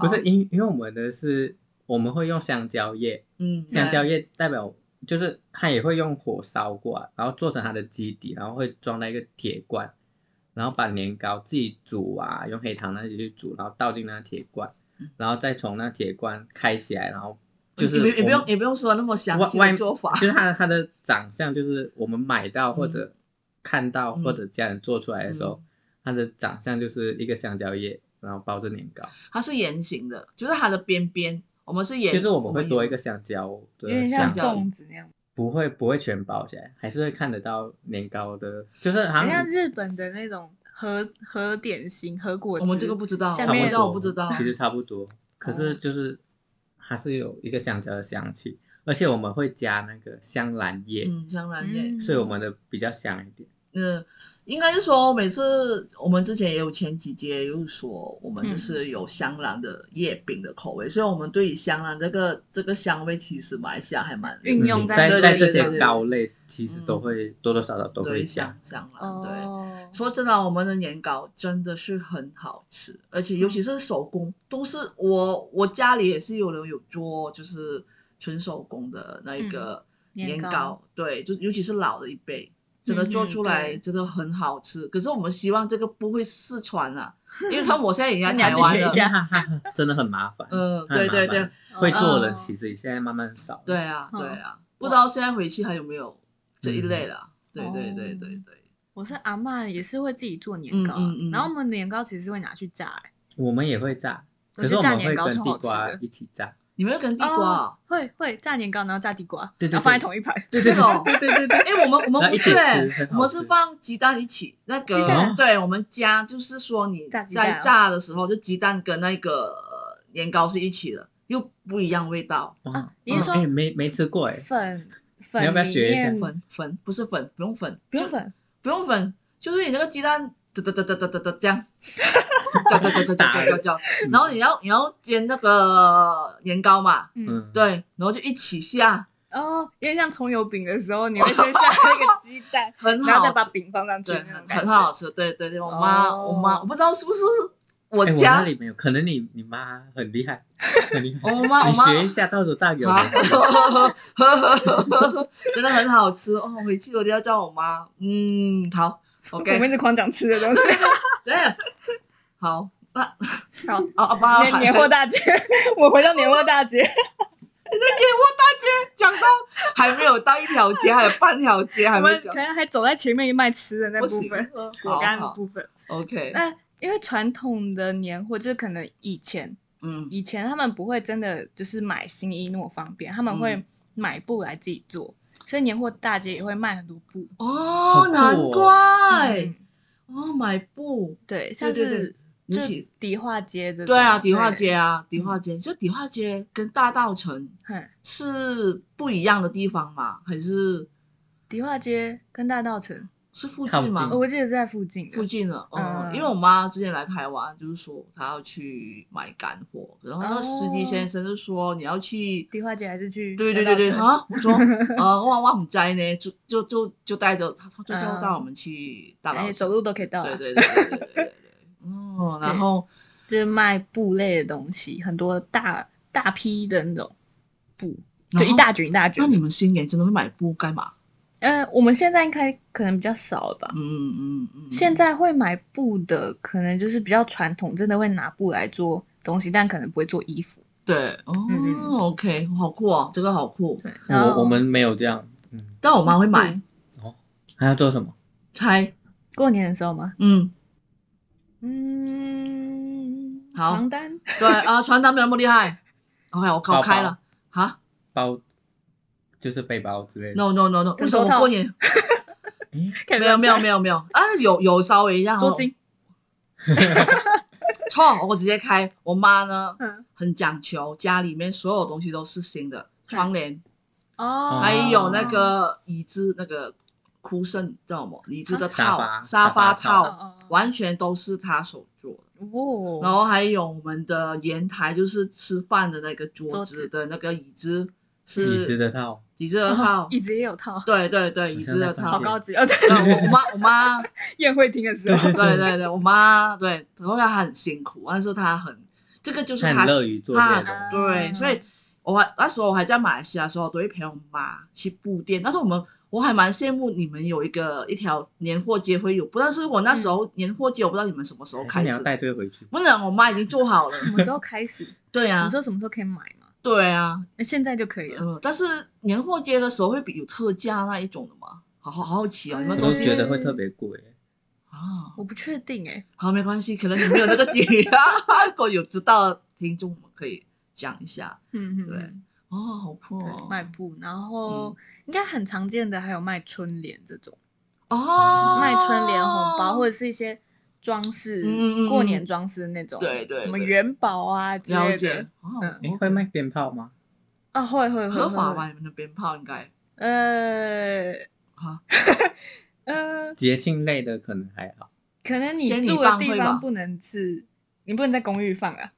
B: 不
C: 哦
B: 是因因为我们的是我们会用香蕉叶，
C: 嗯，
B: 香蕉叶代表就是它也会用火烧过来，然后做成它的基底，然后会装在一个铁罐，然后把年糕自己煮啊，用黑糖那些去煮，然后倒进那个铁罐，
C: 嗯
B: 然后再从那铁罐开起来，然后就是
C: 也不也不
B: 我
C: 用
B: 们
C: 也不用说那么详
B: 外
C: 细
B: 外
C: 的做法，
B: 就是它的它的长相，就是我们买到或者看到
C: 嗯
B: 或者家人做出来的时候，它的长相就是一个香蕉叶，然后包着年糕。
C: 它是圆形的，就是它的边边，我们是圆，
B: 其实我们会多一个
C: 有
B: 香蕉
A: 有
B: 的
A: 点
B: 呃香
A: 像
C: 蕉
B: 气，
A: 粽子那样，
B: 不会不会全包起来，还是会看得到年糕的，就是好
A: 很像
B: 像
A: 日本的那种和和点心、和果嗯子。
C: 我们这个不知道，
A: 下
B: 差
A: 面
B: 不
C: 我知
B: 多，
C: 道我不知道，
B: 其实差不多，可是就是还是有一个香蕉的香气，而且我们会加那个香兰叶，
C: 嗯，香兰叶，
A: 嗯
B: 所以我们的比较香一点。
C: 嗯，应该是说每次我们之前也有前几节又说我
A: 嗯
C: 们就是有香兰的叶饼的口味，所以我们对于香兰这个这个香味其实马来西亚还蛮
A: 运用在
B: 嗯在
C: 对
B: 在
C: 对
B: 这
C: 对对
B: 些
C: 对
B: 糕类，其实都会多多少少都会
C: 对
B: 加
C: 香。香兰，对。
A: 哦，
C: 说真的，啊我们的年糕真的是很好吃，而且尤
A: 嗯
C: 其是手工，都是我我家里也是有人有做，就是纯手工的那一个
A: 嗯
C: 年
A: 年
C: 糕，
A: 糕
C: 对，就尤其是老的一辈，真的
A: 嗯
C: 做出来
A: 对
C: 真的很好吃。可是我们希望这个不会失
A: [laughs]
C: 传啊，因为看我现在也在
A: 你要
C: 台
A: 去
C: 湾
A: 学
C: 了
A: 一，下
B: 哈哈哈真的很麻烦。
C: 嗯，
B: 它很
C: 对
B: 麻
C: 对
B: 烦
C: 对，
B: 会做的
A: 嗯
B: 人其实现在慢慢少了。
C: 对啊
A: 嗯
C: 对啊，不知道现在回去还有没有这一类了？对对对
A: 哦
C: 对对，
A: 我是阿嬷也是会自己做年
C: 嗯
A: 糕啊，
C: 嗯嗯
A: 然后我们年糕其实会拿去炸、欸，
B: 我们也会炸，
A: 我
B: 可是
A: 觉得
B: 我
A: 炸
B: 们
A: 年
B: 会
A: 糕
B: 跟
A: 超
B: 地
A: 好吃
B: 瓜
A: 的
B: 一起炸。
C: 你们会跟地瓜
A: 哦
C: 哦？
A: 会会炸年糕，然后炸地瓜，
B: 对对
A: 然后放在
B: 对
A: 同一盘，
B: 对
C: 是
B: 对
C: 哦
B: 对对对对对，
C: 哎、我们我们
B: 那
C: 不
B: 一起
C: 是哎、
B: 吃很好
C: 我们是
B: 吃
C: 放鸡蛋一起。那
A: 鸡
C: 个
A: 蛋啊
C: 对，我们加就是说你
A: 炸鸡
C: 在
A: 蛋哦
C: 炸的时候，就鸡蛋跟那个呃年糕是一起的，又不一样味道。
B: 哇
A: 你是说
B: 哎没没吃过哎，
A: 粉粉
B: 你要不要
A: 里
B: 学一下
A: 面
C: 粉粉不是粉，不用粉，
A: 不用
C: 就
A: 粉，
C: 不用粉，就是你那个鸡蛋哒哒哒哒哒哒哒这样，搅搅搅搅搅搅搅搅，然后你要你要煎那个年糕嘛，
A: 嗯，
B: 嗯，
C: 对，然后就一起下，，
A: 哦，有点像葱油饼的时候，你会先下那个鸡蛋
C: [laughs] 很
A: 然后再
C: 好
A: 把
C: 吃，
A: 饼放上去
C: 对，，
A: 那种
C: 很
A: 感
C: 很
A: 觉
C: 好。吃，对对对，我妈、我妈
A: 哦
C: 我不知道是不是我
B: 哎我
C: 家
B: 那里没有，可能你你妈很厉
C: [laughs]
B: 害，很厉害，
C: 哦我妈我
B: 你
C: 妈
B: 学一下，到时候大有
C: 啊
B: 人，
C: [laughs] 真的很好吃哦！回去我都要叫我妈。嗯，好
A: 我们
C: ，OK，
A: 一直狂讲吃的东西，
C: [laughs] 对，好，那
A: 好，
C: 哦哦，爸，
A: 年年货大
C: [laughs]
A: 街，我回到年货大街，
C: 讲到还没有到一条街，还有半条街
A: 我
C: 还没
A: 们
C: 讲
A: 可，能还走在前面卖吃的那
C: 不
A: 部
C: 行
A: 分，，
C: 好
A: 果干的
C: 好
A: 部分。
C: ，OK，
A: 那因为传统的年货就是可能以前
C: 嗯
A: 以前他们不会真的就是买新衣那么方便，他们会
C: 嗯
A: 买布来自己做，所以年货大街也会卖很多布。
B: 好
C: 哦
B: 酷，哦
C: 难怪
A: 嗯，
C: 哦，买布，
A: 对，像
C: 对对
A: 是
C: 你
A: 就
C: 起
A: 迪化街的，
C: 对啊，迪化街
A: 嗯
C: 啊，迪化街，就迪化街跟大道城
A: 对，嗯，
C: 是不一样的地方嘛？还是
A: 迪化街跟大道城，
C: 是附
B: 靠
C: 近吗？
B: 近
A: 哦我记得是在附近的，
C: 附近了，嗯，
A: 嗯
C: 因为我妈之前来台湾，就是说她要去买干货，然后那个司机
A: 哦
C: 先生就说你要去，
A: 迪化街还是去
C: 对对对对，
A: 大稻埕
C: 啊，我说，呃，哇哇很摘呢，就就就就带着她，她就就
A: 嗯
C: 带我们去大稻
A: 哎，
C: 埕
A: 走路都可以到啊，
C: 对对对对对对对对，
A: [laughs]
C: 嗯，然后
A: 就是卖布类的东西，很多大大批的那种布，就
C: 然
A: 一
C: 后
A: 大卷一大卷
C: 那。你们新年真的会买布干嘛？
A: 呃，我们现在应该可能比较少了吧。
C: 嗯嗯嗯嗯，
A: 现在会买布的，可能就是比较传统，真的会拿布来做东西，但可能不会做衣服。
C: 对哦
A: 嗯嗯
C: ，OK，好酷哦，这个好酷，
A: 对，然后
B: 我我们没有这样，嗯，
C: 但我妈会买
A: 嗯，
B: 还要做什么？
C: 猜，
A: 过年的时候吗？
C: 嗯，
A: 嗯，
C: 好
A: 床单，
C: 对啊，传单没有那么厉害，OK，我搞
B: 包
C: 开
B: 包
C: 了，哈。
B: 包就是背包之类的。
C: No no no no，为
A: 枕
C: 什么
A: 头套 [laughs]
C: 过年没有没有没有没有啊？有有稍微一样
A: 捉
C: 哦。
A: 巾，
C: 错，我直接开。我妈呢
A: 嗯，
C: 很讲求，家里面所有东西都是新的，
A: [laughs]
C: 窗帘，
A: 哦，
C: 还有那个椅子那个枯剩叫什么？椅子
A: 啊
C: 的
B: 沙
C: 套、
B: 发
C: 沙发
B: 沙发套
C: 套，完全都是她手做的。
A: 哦，
C: 然后还有我们的圆台，就是吃饭的那个桌
A: 桌
C: 子
A: 子
C: 的那个椅子，是
B: 椅子的套，
C: 椅子的套。
A: 哦椅子也有套，
C: 对对对，椅
B: 好像
C: 子的
B: 在饭
C: 套。
A: 好
B: 店
A: 高级哦，对，
C: 对，我我妈我妈
A: 宴会厅的时候，
C: 对对对，我妈对，然后她很辛苦，但是她很这个就是
B: 她很
C: 她
B: 乐于做这
C: 她
B: 些东
A: 西
C: 对，所以我还那时候我还在马来西亚的时候，都会陪我妈去布店。但是我们我还蛮羡慕你们有一个一条年货街会有，不但是我那时候年货街，我不知道你们什么时候
B: 还
C: 开
B: 是你要
C: 始。
B: 带嗯这个回去。
C: 不能，我妈已经做好了。
A: 什么时候开始？
C: [laughs] 对啊
A: 你，说什么时候可以买吗？
C: 对啊，
A: 那现在就可以了。
C: 嗯，但是年货街的时候会比有特价那一种的吗？好好好奇哦，你
B: 我
C: 们
B: 都
C: 东
B: 觉
C: 西
B: 得会特别贵，
C: 啊，
A: 我不确定哎、
C: 好，没关系，可能你没有那个经历啊。 [laughs] 如果有知道的听众，我们可以讲一下。
A: 嗯，嗯
C: 对嗯
A: 嗯
C: 哦，好酷哦
A: 对，，卖布，然后、应该很常见的还有卖春联这种，
C: 哦，
A: 卖春联、红包或者是一些装饰，
C: 嗯嗯嗯
A: 过年装饰那种，
C: 对对
A: 什么
C: 对
A: 元宝啊之
C: 了
A: 类
C: 解
A: 的。
C: 哦
A: 嗯，
B: 你会卖鞭炮吗？
A: 啊，会会会
C: 合法？
A: 会
C: 吧？你们的鞭炮应该
A: 呃
C: 啊，
A: [laughs] 呃，
B: 节庆类的可能还好，
A: 可能你
C: 仙女
A: 住的
C: 棒会
A: 地
C: 吧
A: 方不能是，你不能在公寓放啊。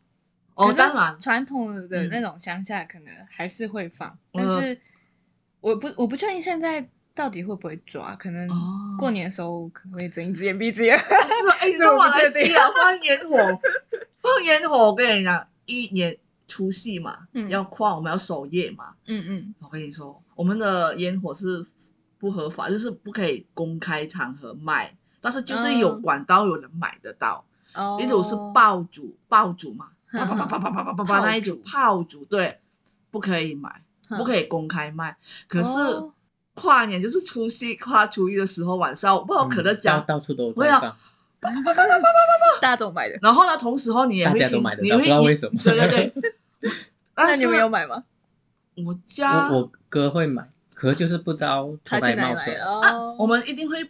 A: 可
C: 哦，
A: 是
C: 当然，
A: 传统的那种乡下可能还是会放，
C: 嗯
A: 但是我不我不确定现在到底会不会抓，可能
C: 哦
A: 过年的时候可能会睁一只眼闭一只
C: [laughs]
A: 眼。
C: 但是哎，你
A: 这
C: 在
A: 我不
C: 马来
A: 确
C: 西亚放烟
A: [laughs]
C: 火，放烟火，我跟你讲，一年除夕嘛，
A: 嗯
C: 要跨，我们要守夜嘛。
A: 嗯嗯，
C: 我跟你说，我们的烟火是不合法，就是不可以公开场合卖，但是就是有
A: 嗯
C: 管道有人买得到。
A: 哦，
C: 一种是爆竹，爆竹嘛，叭
A: 嗯
C: 叭叭叭叭叭叭叭叭那一种炮竹，对，不可以买，
A: 嗯，
C: 不可以公开卖。可是
A: 哦
C: 跨年就是除夕跨初一的时候晚上，我不知道哦可乐
B: 能
C: 讲，
B: 嗯到到处都有
C: 我要
B: 在放，
A: [laughs] 大众买的，
C: 然后呢，同时候你也
B: 大
C: 会
B: 家都
C: 听
B: 买，得
C: 你
B: 到，不
C: 会
B: 知道 [laughs]
C: 你
B: 为什么。
C: 对对对，
A: 那
C: 但
A: 你
C: 是啊
A: 们有买吗？
C: 我家
B: 我我哥会买，可就是不知道
A: 他
B: 从哪
A: 去
B: 里
A: 哪
B: 冒
A: 里
B: 出
A: 来的？
B: 来。
A: 哦，
C: 我们一定会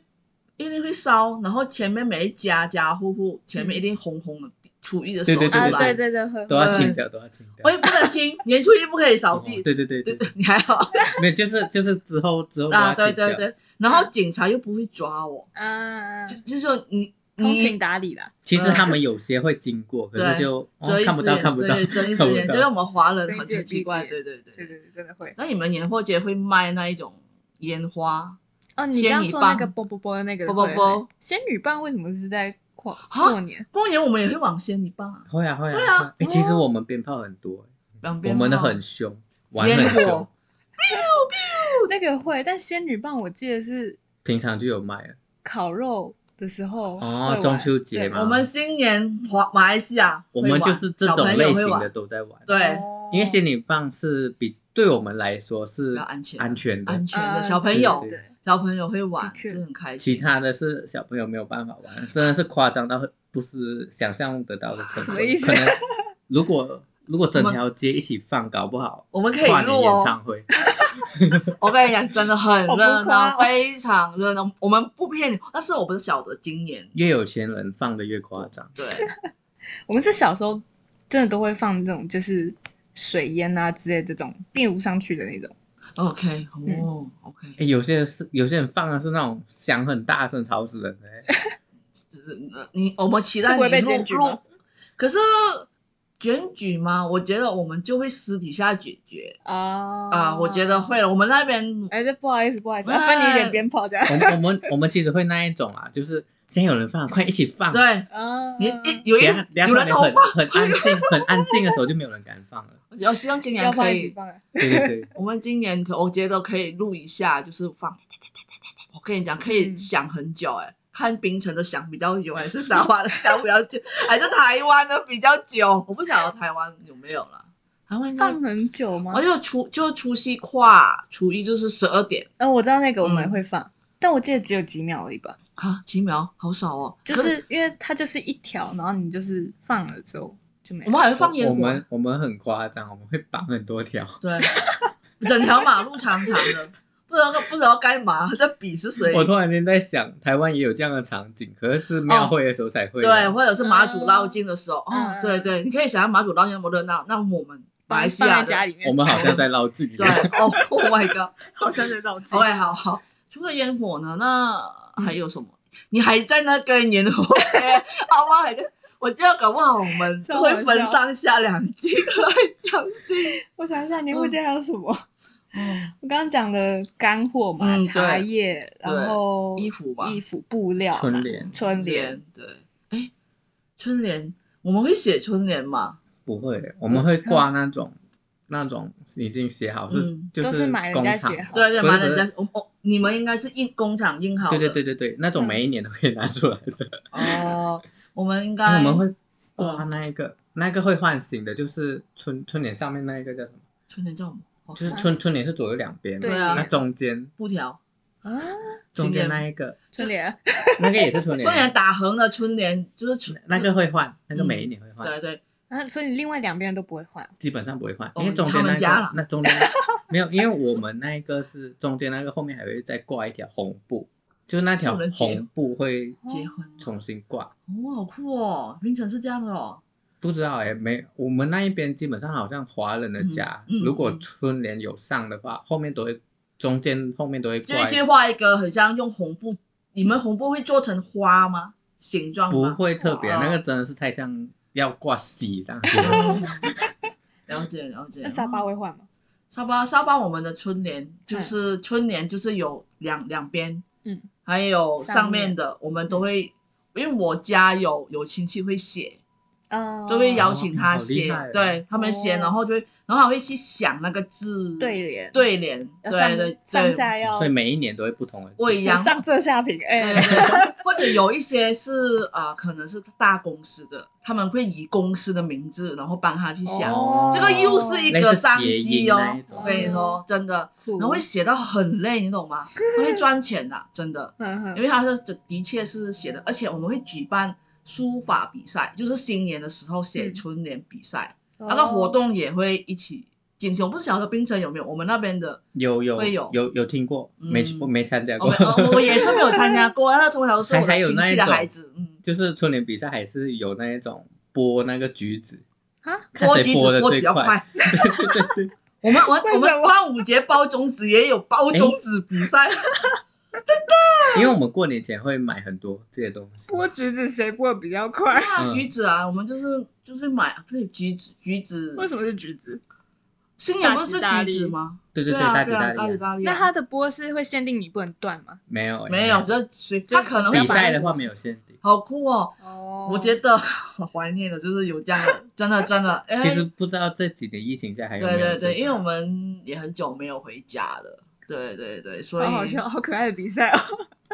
C: 一定会烧，然后前面每一家家户户前
A: 嗯
C: 面一定红红的，初一的时候
B: 对
C: 出
B: 对
A: 啊，
C: 来，
A: 对对对，会
B: 都要
A: 会
B: 清掉，都要清掉。
C: 我也不能清，年初一不可以扫地
B: 哦，对对对
C: 对
B: 对，
C: 对
B: 对，
C: 你还好
B: 没有就是就是之后之后都
C: 啊，
B: 要
C: 对
B: 清掉
C: 对，对，然后警察又不会抓我，
A: 啊啊，啊
C: 就就是说你
A: 通情
C: 你
A: 达理啦，
B: 其实他们有些会经过，可
C: 对
B: 是就哦
C: 遮一
B: 看不
C: 只
B: 到
C: 眼，
B: 看不到
C: 对对，睁一
B: 看
C: 只
B: 不
C: 眼，
B: 到
C: 这个我们华人
A: 睁一
C: 很
A: 只眼
C: 很奇怪，
A: 闭一只
C: 对
A: 眼
C: 对
A: 对
C: 对
A: 对
C: 对。
A: 对，真的会。
C: 那你们年货节会卖那一种烟花？
A: 哦，你
C: 仙
A: 刚刚
C: 女
A: 说那
C: 棒
A: 个啵啵啵的那个
C: 啵啵
A: 会
C: 啵，啊
A: 仙女棒为什么是在过
C: 哈
A: 过年？
C: 过年我们也会往仙女棒啊，
B: 会啊会啊
C: 会啊
B: 会啊！哎，
C: 哦
B: 其实我们鞭炮很多，
C: 两边
B: 我们的
C: 炮
B: 很凶，玩
C: 烟
B: 很
C: 火
B: 凶，，
A: 那个会，但仙女棒我记得是
B: 平常就有卖了。
A: 烤肉的时候
B: 哦
A: 会玩
B: 中秋节
A: 对
B: 嘛
C: 我们新年华马来西亚
B: 我
C: 会
B: 们就
C: 玩
B: 是这
C: 小
B: 种
C: 朋友
B: 类
C: 会
B: 型的
C: 玩
B: 都在玩，
C: 对，
A: 哦
B: 因为仙女棒是比对我们来说是
C: 比较安全
B: 安全的
C: 安，全的
A: 啊
C: 小朋
A: 对
C: 友
A: 对对
C: 小朋友会玩
A: 的，确
C: 就很开
B: 其
C: 心。
B: 他的是小朋友没有办法玩，真的是夸张到不是想象得到的程
A: 什
B: 度。
A: 么意思
B: 可能如果如果整条街一起放，搞不好
C: 我们可以
B: 跨年
C: 录
B: 演
C: 哦，
B: 唱会。
C: 我跟你讲，真的很
A: 好浮
C: 热
A: 夸哦
C: 闹，非常热闹。我们不骗你，但是我不是晓得今年
B: 越有钱人放的越夸张。
C: 对
A: 我们是小时候真的都会放这种就是水烟啊之类的这种并不上去的那种，
C: ，OK
A: 嗯
C: 哦 OK，
B: 诶有些人是有些人放的是那种响很大声，吵死人的、
C: 呃你我们期
A: 会
C: 待
A: 不会
C: 你
A: 被
C: 录
A: 检举吗
C: 录，可是检举吗？我觉得我们就会私底下解决
A: 啊
C: 啊，我觉得会。了。我们那边
A: 哎，这不好意思，不好意思，
C: 哎
A: 要分你一点鞭炮这样。
C: [laughs]
B: 我们我们我们其实会那一种啊，就是现在有人放，快一起放。，
C: 对，
A: 啊，
C: 你一有
B: 等一
C: 一
B: 下等一下
C: 有人头
B: 放得
C: 发，
B: 很很安静，很安静的时候就没有人敢放了。
C: 我希望今年
A: 要
C: 可
A: 放一起
C: 以
A: 放啊，
B: 对对对，
C: 我们今年可我觉得可以录一下，就是放啪啪啪啪啪啪啪，我跟你讲，可以
A: 嗯
C: 想很久哎、看冰城的想比较久，还是沙巴的想比较久， [laughs] 还是台湾的比较久？我不晓得台湾有没有啦，台湾应该
A: 放，很久吗
C: 而？且哦除就除夕跨初一就是十二点
A: 嗯，我知道那个我们也会放，但我记得只有几秒而已吧，
C: 啊，几秒好少哦。
A: 就
C: 可
A: 是因为它就是一条，然后你就是放了之后就没了。
C: 我们还会 [laughs] 放烟
B: 我
C: 火，啊
B: 我们我们很夸张，我们会绑很多条。
C: 对， [laughs] 整条马路长长的，不知道不知道该嘛，这比是谁？
B: 我突然间在想，台湾也有这样的场景，可是是庙会的时候才会有。
C: 哦
B: 啊
C: 对，或者是马祖
A: 嗯
C: 绕境的时候，哦
A: 嗯，
C: 对对，你可以想象马祖绕境那么热闹，那我们马来
A: 放
C: 西
A: 放
C: 亚
A: 在
C: 的，
A: 家里面，
B: 我们好像在捞自己。
C: 对，哦，Oh my
A: 好像在绕境。
C: god，OK，好好，除了烟火呢，那
B: 嗯
C: 还有什么？你还在那跟烟火
B: [laughs]
C: 哎好吗？还在，我觉得搞不好我们
A: 超好
C: 会分
A: 笑
C: 上下两季来讲
B: [laughs]
C: 这
A: 我想一下，年货节还有什么？
B: 嗯
C: 个，
A: 我刚刚讲的干货嘛，
C: 嗯
A: 茶
C: 对
A: 叶，然后
C: 衣服吧
A: 衣服、布料啦、
B: 春联
A: 春联。
C: 联对，哎，春联，我们会写春联嘛？
B: 不会，我们会挂那种那种已经写好是
C: 嗯
B: 就
A: 都是买人
B: 工
A: 家
B: 厂
A: 写好
C: 对对，
B: 不是
C: 蛮
B: 不
C: 人
B: 是
C: 家，我我你们应该是印工厂印好的，
B: 对对对对对，那种每一年都可以拿出来的。
C: 哦，我们应
B: 哎我
C: 该
B: 们会挂那一个，那个会唤醒的，就是春春联上面那一个叫什么？
C: 春联叫什么？我
B: 就是
C: 看
B: 春春联是左右两边嘛，
A: 对
C: 啊
B: 那中间
C: 布条，
A: 啊，
B: 中
C: 新
B: 间
C: 年
B: 那一个，
A: 春联，
B: 那个也是春联，
C: [laughs] 春联打横的春联就是春
B: 那个会换，那个每一年会换，
C: 对对，
A: 啊，所以你另外两边都不会换。
B: 基本上不会换，
C: 哦
B: 因为中间那
C: 他们家
B: 个
C: 啦
B: 那中
C: [laughs]
B: 间没有，因为我们那一个是中间那个后面还会再挂一条红布，就是那条
C: 送人节哦
B: 红布会
C: 结婚
B: 重新挂。
C: 哦，好酷哦，平城是这样的哦，
B: 不知道哎、没我们那一边基本上好像华人的家，
C: 嗯嗯
B: 如果
C: 嗯
B: 春联有上的话，后面都会中间后面都会
C: 就
B: 挂一，
C: 去画一个很像用红布，你们红布会做成花吗？形状
B: 不
C: 吗？
B: 会特别，
C: 哦
B: 那个真的是太像要挂喜
C: [laughs]
B: 上去了。
C: 哦了解了解
A: 那。沙巴
C: 哦
A: 会换吗？
C: 沙巴沙巴，我们的春联就是春联就是有两两边，
A: 嗯，
C: 还有
A: 上
C: 上
A: 面
C: 面的，我们都会，因为我家有有亲戚会写，
A: 嗯，
C: 就会邀
B: 摇
C: 请
B: 哦
C: 他
B: 好厉
C: 写，
B: 害哦
C: 对他们写，
A: 哦
C: 然后就会，然后还会去想那个字，
A: 对联，
C: 对联，
A: 要
C: 对
A: 上
C: 对
A: 上
C: 对，
A: 下要
B: 所以每一年都会不同的。
C: 不一样，
A: 上
C: 对
A: 这下平，
C: 对
A: 哎，
B: [laughs]
C: 对，或者有一些是呃，可能是大公司的，他们会以公司的名字，然后帮他去想，
A: 哦
C: 这个又是一个商机哦
B: 类似谐音那一，种
C: 我跟你说，真的，
A: 酷
C: 然后会写到很累，你懂吗？他会赚钱的，真的，
A: 嗯哼
C: 因为他是这的确是写的，而且我们会举办书法比赛，就是新年的时候写
A: 嗯
C: 春联比赛。那个活动也会一起进行。我不晓得槟城有没有，我们那边的
B: 有有
C: 会有
B: 有有听过，
C: 嗯
B: 没我没参加
C: 我
B: 过
C: 们、。
B: [laughs]
C: 呃我也是没有参加过，那通常都是我
B: 还还
C: 的
B: 有
C: 亲
B: 那一
C: 戚的
B: 种
C: 孩子，嗯，
B: 就是春联比赛还是有那一种剥那个橘子，
A: 啊，
B: 看
C: 剥
B: 谁
C: 橘子
B: 剥的
C: 剥
B: 最
C: 比较
B: 快。 [laughs]
C: 快。 [laughs] 我们我们我
A: 为什
C: 们
A: 么
C: 端午节包粽子也有包粽子比赛，
B: 因为我们过年前会买很多这些东西。
A: 剥橘子谁剥的比较
C: [laughs]
A: 快？ [laughs]
C: 啊
B: 嗯
C: 橘子啊，我们就是就是买对橘子橘子，
A: 为什么是橘子？
C: 新年不是
A: 大
C: 橘
A: 吉大
C: 子
A: 利
C: 吗？
B: 对对
C: 对啊
B: 大吉
C: 对啊，
B: 大
C: 大吉
B: 利啊。
C: 大利啊。
A: 那它的剥是会限定你不能断吗？
B: 没有欸
C: 没有，这随
A: 就
C: 他可能会
B: 比赛的
C: 把
B: 话没有限定，
C: 好酷哦。
A: 哦
C: 我觉得 [laughs] 好怀念的，就是有这样
B: [laughs]
C: 的，真的真的。哎
B: 其实不知道这几年疫情下还有没
C: 对
B: 有
C: 对
B: 这
C: 对，
B: 种
C: 因为我们也很久没有回家了，对对对，所以
A: 好好笑，好可爱的比赛哦。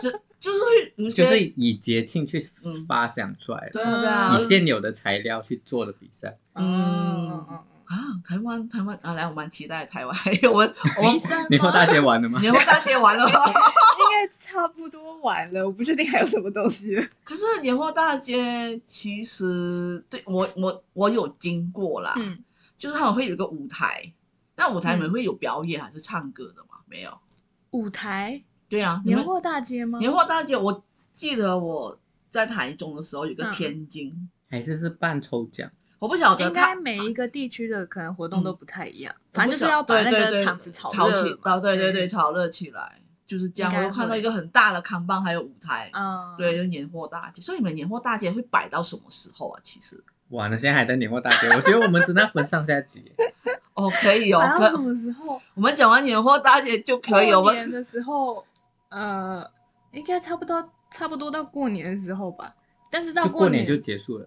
C: 就就是会有些
B: 就是以节庆去
C: 嗯
B: 发想出来
C: 对
B: 的，
C: 啊
A: 嗯
C: 对啊
B: 以现有的材料去做的比
C: [laughs]
B: 赛。
C: 嗯
A: 哦哦哦
C: 啊，台湾台湾啊，来，我蛮期待台湾， [laughs] 还有我我们
A: 比赛吗
B: 年后大家玩 [laughs] 了吗？
C: 年后大街完了， [laughs]
A: 应该差不多完了，我不确定还有什么东西。
C: 可是年货大街其实对我我我有经过啦，
A: 嗯，
C: 就是他们会有一个舞台，那舞台
A: 嗯
C: 你们会有表演还是唱歌的吗？没有，
A: 舞台
C: 对啊，你
A: 年
C: 们
A: 货大街吗？
C: 年货大街，我记得我在台中的时候有个
A: 嗯
C: 天津，
B: 还是是办抽奖？
C: 我不晓得
A: 应
C: 他
A: 该每一个地区的可能活动都不太一样，反
C: 我
A: 正就
C: 不
A: 是
C: 晓
A: 要把那
C: 对对
A: 个
C: 对
A: 场子炒
C: 炒
A: 热
C: 起
A: 嘛，嗯
C: 啊，对对对，炒热起来就是这样。
A: 应
C: 我
A: 该
C: 又看到
A: 会
C: 一个很大的扛棒，还有舞台，
A: 嗯，
C: 对，就年货大街。所以你们年货大街会摆到什么时候啊？其实
B: 完了，现在还在年货大街，我觉得我们真的要分上下
C: [laughs]
B: 集。
C: 哦，可以哦，
A: 然后什
C: 可
A: 么时候？
C: 我们讲完年货大街就可以，我
A: 过年
C: 们
A: 的时候，呃，应该差不多，差不多到过年的时候吧。但是到
B: 就过
A: 年
B: 年就结束了，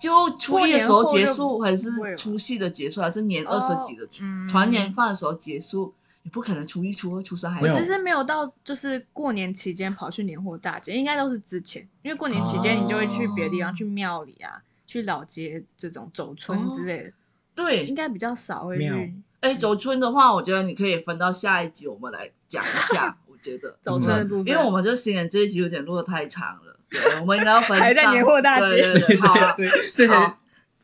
C: 就初一的时候
A: 过
C: 结
A: 年后就
C: 束，
A: 不
C: 还
A: 会
C: 是
A: 了
C: 除夕的结束，还是年
A: 哦
C: 二十几的
A: 嗯
C: 团年饭的时候结束？你不可能初一、初二、初三还
B: 没有
A: 只是没有到，就是过年期间跑去年货大街，应该都是之前，因为过年期间你就会去别的地方，
C: 哦
A: 去庙里啊，去老街这种走村之类的，
C: 对
A: 应，该比较少会
B: 庙
A: 去
C: 哎，走春的话，我觉得你可以分到下一集，我们来讲一
A: [laughs]
C: 下。我觉得
A: 走村的
B: 嗯
A: 部分。
C: 因为我们这新人这一集有点录的太长了，对，我们应该要
A: [laughs]
C: 分上
A: 还在年货大街
C: 对对对，好啊，
B: [laughs] 对，这些
C: 好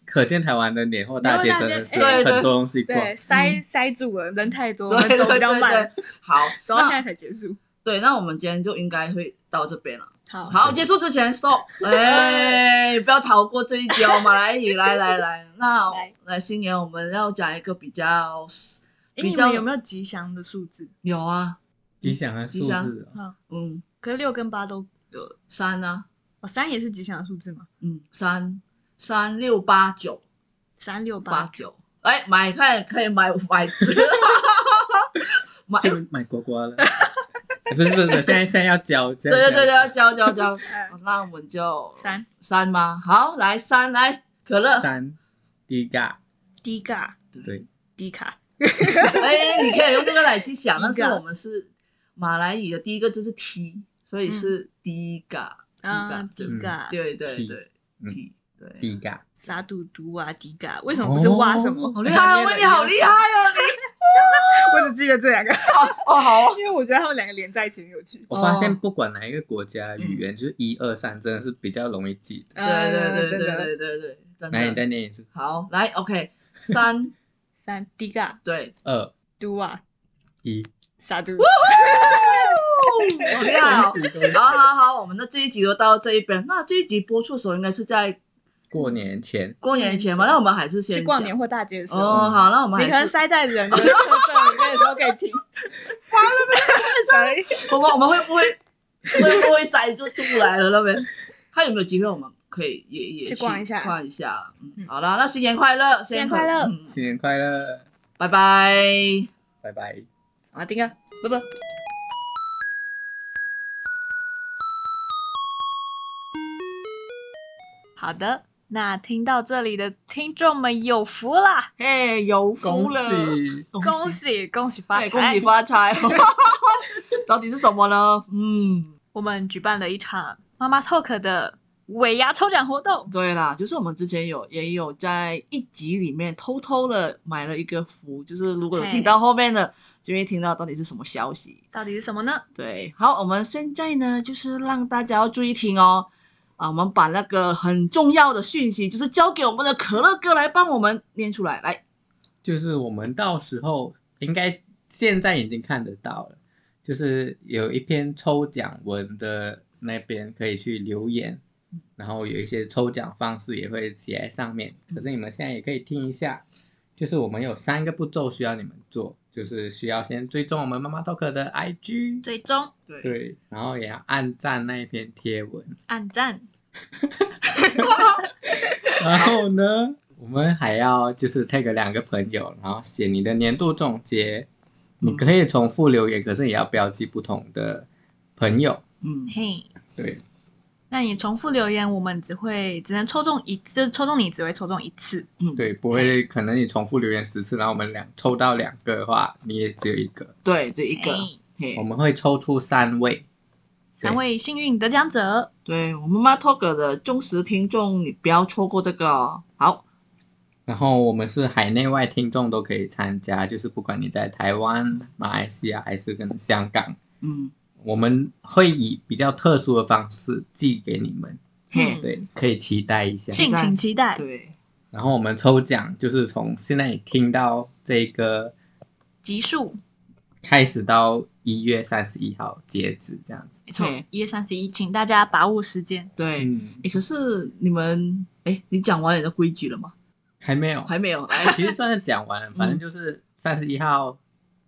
B: 可见台湾的年货大街真的是
A: 年
C: 货大街哎
B: 很多东西逛。
A: 对塞
C: 嗯
A: 塞住了，人太 [laughs] 多，我
C: 对
A: 们
C: 对
A: 走
C: 对
A: 比较
C: 对
A: 慢，，
C: 好，
A: 走到现在
C: 那
A: 才结束。
C: 对，那我们今天就应该会到这边了。
A: 好，哎
C: 好，结束之
A: [laughs]
C: 前 stop，哎，不要逃过这一集哦，马来语，来
A: [laughs]
C: 来来，那
A: 来
C: 来新年我们要讲一个比较
A: 诶
C: 比
A: 你
C: 较
A: 们有没有吉祥的数字？
C: 有啊，
B: 吉祥的数
C: 吉祥
B: 字哦，
C: 嗯，
A: 可是六跟八都有了，
C: 三啊，
A: 哦，三也是吉祥的数字吗？
C: 嗯，三三六八九
A: 三六
C: 八
A: 八，
C: 九，哎，买看可以买五百
A: [laughs]
C: 只，买
B: 就买瓜瓜了。 [laughs] 哎不是不是不是，现在现在要交，对
C: 对对对对，交交
A: [laughs]
C: 交
A: 哎，
C: 好那我们就
A: 三
C: 三吗？好，来三来可乐，
B: 三，第一个，
A: 低嘎
B: 对，
A: 低卡，
C: 哎，你可以用这个来去想，但
A: [laughs]
C: 是
A: 第一个
C: 我们是马来语的第一个就是 T，所以
A: 嗯
C: 是第一个，
A: 啊，
C: 低嗯
A: 低嘎，
C: 对对
B: T，
C: 对
B: 嗯
C: ，T，
B: 第
C: 对，
B: 一个。
A: 傻嘟嘟啊，低嘎，为什么不是哇什么？
C: 好厉害，
A: 我
C: 喂，你好厉害哦，
A: 害！ [laughs] 我只记得这两个， [laughs]
C: 你哦好哦，
A: 因为我觉得他们两个连在一起很有趣。
B: 我发现
C: 哦
B: 不管哪一个国家语
C: 嗯
B: 言，就是一二三，真的是比较容易记的。
C: 对
A: [laughs]
C: 对对
A: 嗯真
C: 对
A: 的
C: 对对对，真
B: 来，你
C: 的
B: 再念一次，
C: 好，来 OK，三
A: 三低嘎 [laughs]
C: 对，
B: 二
A: 嘟啊，
B: 一，
A: 傻嘟，
C: 哦好厉害
B: 恭。
C: 哦
B: 喜恭喜！
C: 好好好，我们的这一集就到这一边。那这一集播出的时候，应该是在
B: 过年前，
C: 过年前嘛，那我们还是先
A: 嗯去
C: 讲
A: 逛年货大街的时候，
C: 哦，好，那我们
A: 你可
C: 还
A: 能
C: 是
A: 塞在人的车站里面的时候可以
C: [laughs]
A: 听。完了，sorry，
C: 我们我们会不会会不会塞就出不来了那边？看有没有机会，我们可以也也
A: 去逛一下
C: 逛一下。嗯，
A: 嗯
C: 好啦，那新年快乐，新
A: 年快乐
C: 嗯
B: 新年快乐，
C: 拜拜。
B: 拜拜。
A: 啊，丁哥，拜拜。 [laughs] 好的，那听到这里的听众们有福啦，
C: 嘿，有
B: 恭
C: 福了，
B: 喜！
A: 恭！喜恭喜发
C: 哎，恭
A: 财
C: 喜！发财！ [laughs] 到底是什么呢？嗯，
A: 我们举办了一场妈妈 talk 的尾牙抽奖活动，
C: 对啦，就是我们之前有也有在一集里面偷偷的买了一个福，就是如果有
A: 嘿
C: 听到后面的，就会听到到底是什么消息。
A: 到底是什么呢？
C: 对，好，我们现在呢，就是让大家要注意听哦。啊，我们把那个很重要的讯息，就是交给我们的可乐哥来帮我们念出来。来，
B: 就是我们到时候应该现在已经看得到了，就是有一篇抽奖文的那边可以去留言，然后有一些抽奖方式也会写在上面。可是你们现在也可以听一下，就是我们有三个步骤需要你们做，就是需要先追踪我们妈妈 talk 的 IG，
D: 最终
C: 对，
B: 对，然后也要按赞那一篇贴文。
D: 按赞，
B: [laughs] 然后呢，我们还要就是 tag 两个朋友，然后写你的年度总结。你可以重复留言，可是也要标记不同的朋友。
C: 嗯，
D: 嘿。
B: 对，
A: 那你重复留言，我们只会只能抽中一，就是抽中你只会抽中一次。
B: 对，不会，可能你重复留言十次，然后我们两抽到两个的话，你也只有一个。
C: 对，这一个，
D: 嘿
C: 嘿
B: 我，们会抽出三位，对
A: 三位幸运得奖者，
C: 对我们妈 talk 的忠实听众，你不要错过这个哦。好，
B: 然后我们是海内外听众都可以参加，就是不管你在台湾、马来西亚还是跟香港，
C: 嗯，
B: 我们会以比较特殊的方式寄给你们。
C: 嘿，
B: 对，可以期待一下。
A: 敬请期待。
C: 对，
B: 然后我们抽奖就是从现在你听到这个
A: 集数
B: 开始到一月三十一号截止这样子。
A: 没错
C: 嘿，
A: 一月三十一，请大家把握时间。
C: 对。
B: 嗯，
C: 诶可是你们，哎，你讲完你的规矩了吗？
B: 还没有，
C: 还没有，来，
B: [laughs] 其实算是讲完了，反正
C: 嗯
B: 就是三十一号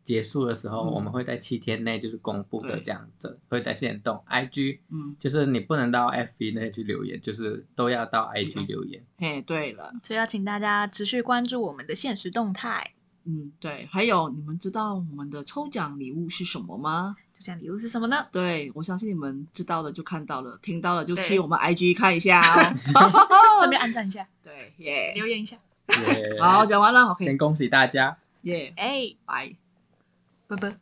B: 结束的时候，
C: 嗯
B: 我们会在七天内就是公布的
C: 对
B: 这样子，会在线动 IG，
C: 嗯，
B: 就是你不能到 FB 那里去留言，就是都要到
C: 嗯
B: IG 留
C: [laughs]
B: 言。
C: 嘿，对了，
A: 所以要请大家持续关注我们的现实动态。
C: 嗯，对，还有你们知道我们的抽奖礼物是什么吗？
A: 抽奖礼物是什么呢？
C: 对，我相信你们知道的就看到了，听到了就
A: 对
C: 去我们 IG 看一下哦。
A: 顺便按赞一下，
C: 对，耶、
A: 留言一下。
B: 耶
C: 好，，讲完了
B: 先
C: ，OK，
B: 恭喜大家。
C: 耶，
A: 哎，
C: 拜。
A: 拜拜。